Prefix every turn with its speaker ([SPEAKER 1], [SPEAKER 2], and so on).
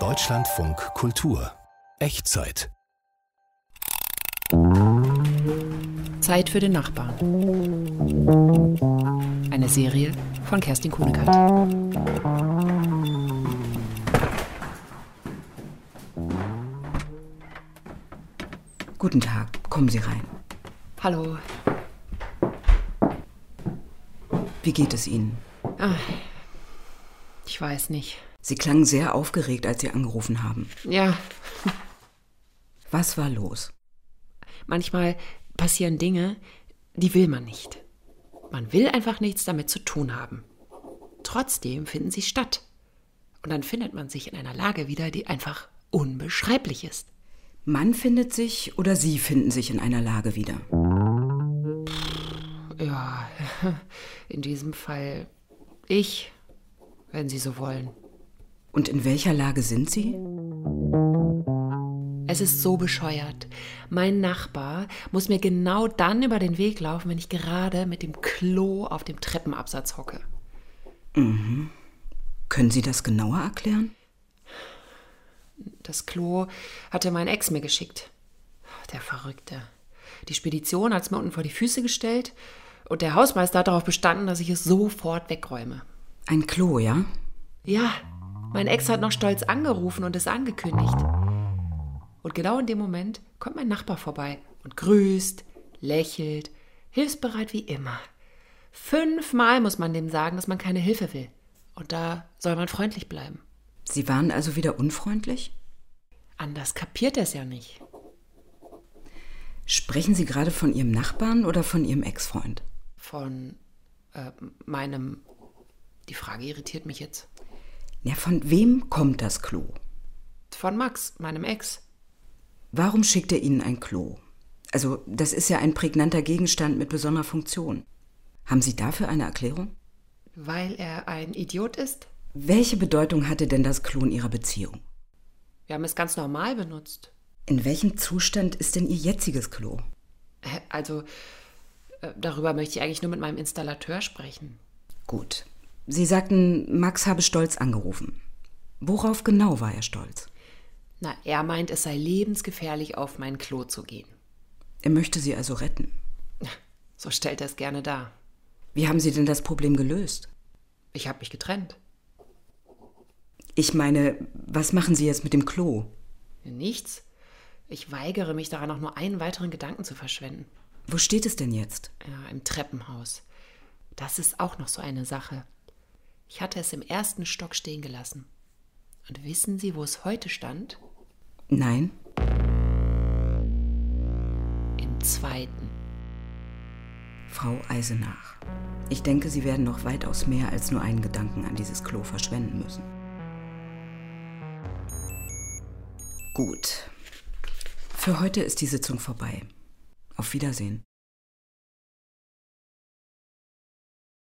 [SPEAKER 1] Deutschlandfunk Kultur. Echtzeit.
[SPEAKER 2] Zeit für den Nachbarn. Eine Serie von Kerstin Kuhnekart.
[SPEAKER 3] Guten Tag, kommen Sie rein.
[SPEAKER 2] Hallo.
[SPEAKER 3] Wie geht es Ihnen?
[SPEAKER 2] Ah, ich weiß nicht.
[SPEAKER 3] Sie klangen sehr aufgeregt, als Sie angerufen haben.
[SPEAKER 2] Ja,
[SPEAKER 3] Was war los?
[SPEAKER 2] manchmal passieren Dinge, die will man nicht. Man will einfach nichts damit zu tun haben. Trotzdem finden sie statt. Und dann findet man sich in einer Lage wieder, die einfach unbeschreiblich ist.
[SPEAKER 3] Mann findet sich oder Sie finden sich in einer Lage wieder.
[SPEAKER 2] Ja, in diesem Fall ich, wenn Sie so wollen.
[SPEAKER 3] Und in welcher Lage sind Sie?
[SPEAKER 2] Es ist so bescheuert. Mein Nachbar muss mir genau dann über den Weg laufen, wenn ich gerade mit dem Klo auf dem Treppenabsatz hocke.
[SPEAKER 3] Können Sie das genauer erklären?
[SPEAKER 2] Das Klo hatte mein Ex mir geschickt. Oh, Der Verrückte. Die Spedition hat's mir unten vor die Füße gestellt und der Hausmeister hat darauf bestanden, dass ich es sofort wegräume.
[SPEAKER 3] Ein Klo, ja?
[SPEAKER 2] Ja, mein Ex hat noch stolz angerufen und es angekündigt. Und genau in dem Moment kommt mein Nachbar vorbei und grüßt, lächelt, hilfsbereit wie immer. Fünfmal muss man dem sagen, dass man keine Hilfe will. Und da soll man freundlich bleiben.
[SPEAKER 3] Sie waren also wieder unfreundlich?
[SPEAKER 2] Anders kapiert er es ja nicht.
[SPEAKER 3] Sprechen Sie gerade von Ihrem Nachbarn oder von Ihrem Ex-Freund?
[SPEAKER 2] Von äh, meinem. Die Frage irritiert mich jetzt.
[SPEAKER 3] Ja, von wem kommt das Klo?
[SPEAKER 2] Von Max, meinem Ex.
[SPEAKER 3] Warum schickt er Ihnen ein Klo? Also, das ist ja ein prägnanter Gegenstand mit besonderer Funktion. Haben Sie dafür eine Erklärung?
[SPEAKER 2] Weil er ein Idiot ist?
[SPEAKER 3] Welche Bedeutung hatte denn das Klo in Ihrer Beziehung?
[SPEAKER 2] Wir haben es ganz normal benutzt.
[SPEAKER 3] In welchem Zustand ist denn Ihr jetziges Klo?
[SPEAKER 2] Hä, Also, äh, darüber möchte ich eigentlich nur mit meinem Installateur sprechen.
[SPEAKER 3] Gut. Sie sagten, Max habe stolz angerufen. Worauf genau war er stolz?
[SPEAKER 2] Na, er meint, es sei lebensgefährlich, auf mein Klo zu gehen.
[SPEAKER 3] Er möchte Sie also retten.
[SPEAKER 2] So stellt er es gerne dar.
[SPEAKER 3] Wie haben Sie denn das Problem gelöst?
[SPEAKER 2] Ich habe mich getrennt.
[SPEAKER 3] Ich meine, was machen Sie jetzt mit dem Klo?
[SPEAKER 2] Nichts. Ich weigere mich daran, auch nur einen weiteren Gedanken zu verschwenden.
[SPEAKER 3] Wo steht es denn jetzt?
[SPEAKER 2] Ja, im Treppenhaus. Das ist auch noch so eine Sache. Ich hatte es im ersten Stock stehen gelassen. Und wissen Sie, wo es heute stand?
[SPEAKER 3] Nein?
[SPEAKER 2] Im zweiten.
[SPEAKER 3] Frau Eisenach. Ich denke, Sie werden noch weitaus mehr als nur einen Gedanken an dieses Klo verschwenden müssen. Gut. Für heute ist die Sitzung vorbei. Auf Wiedersehen.